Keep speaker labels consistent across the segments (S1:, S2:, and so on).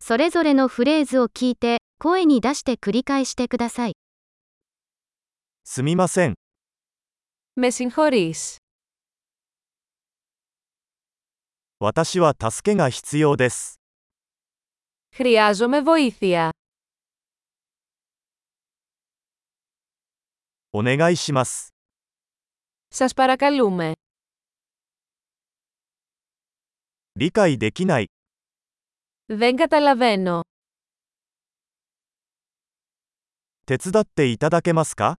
S1: それぞれのフレーズを聞いて、声に出して繰り返してください。
S2: すみません。
S3: Με συγχωρείς.
S2: 私は助けが必要です。
S3: Χρειάζομαι βοήθεια.
S2: お願いします。
S3: Σας παρακαλούμε.
S2: 理解できない。
S3: Δεν καταλαβαίνω.
S2: 手伝っていただけますか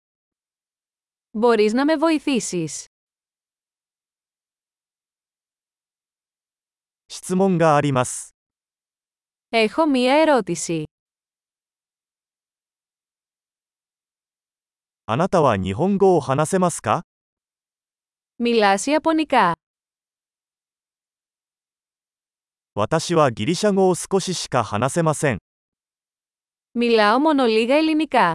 S3: Μπορείς να με βοηθήσεις.
S2: 質問があります。
S3: Έχω μία ερώτηση.
S2: あなたは日本語を話せますか
S3: Μιλάς Ιαπωνικά.
S2: 私はギリシャ語を少ししか話せません。
S3: Μιλάω μόνο λίγα ελληνικά.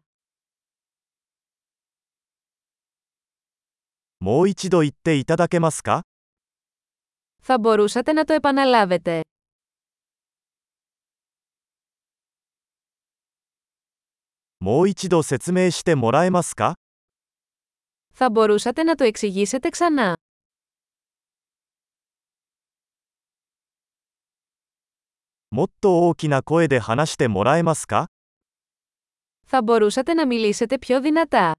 S2: もう一度言っていただけますか
S3: Θα μπορούσατε να το επαναλάβετε.
S2: もう一度説明してもらえますか
S3: Θα μπορούσατε να το εξηγήσετε ξανά.
S2: もっと大きな声で話してもらえますか
S3: Θα μπορούσατε να μιλήσετε πιο δυνατά.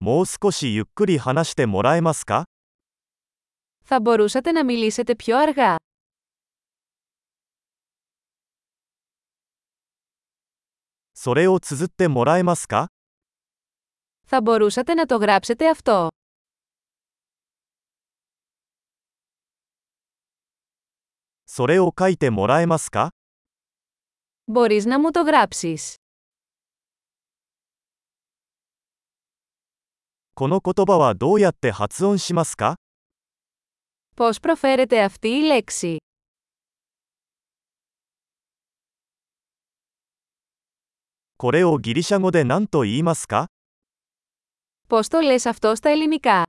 S2: もう少しゆっくり話してもらえますか
S3: Θα μπορούσατε να μιλήσετε πιο αργά.
S2: それを綴ってもらえますか
S3: Θα μπορούσατε να το γράψετε αυτό.
S2: それを書いてもらえますか
S3: Μπορείς να μου το γράψεις.
S2: この言葉はどうやって発音しますか
S3: Πώς προφέρεται αυτή η λέξη.
S2: これをギリシャ語で何と言いますか
S3: Πώς το λες αυτό στα ελληνικά.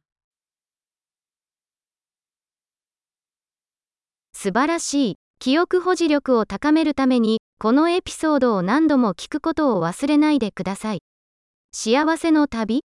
S1: 素晴らしい。記憶保持力を高めるために、このエピソードを何度も聞くことを忘れないでください。幸せの旅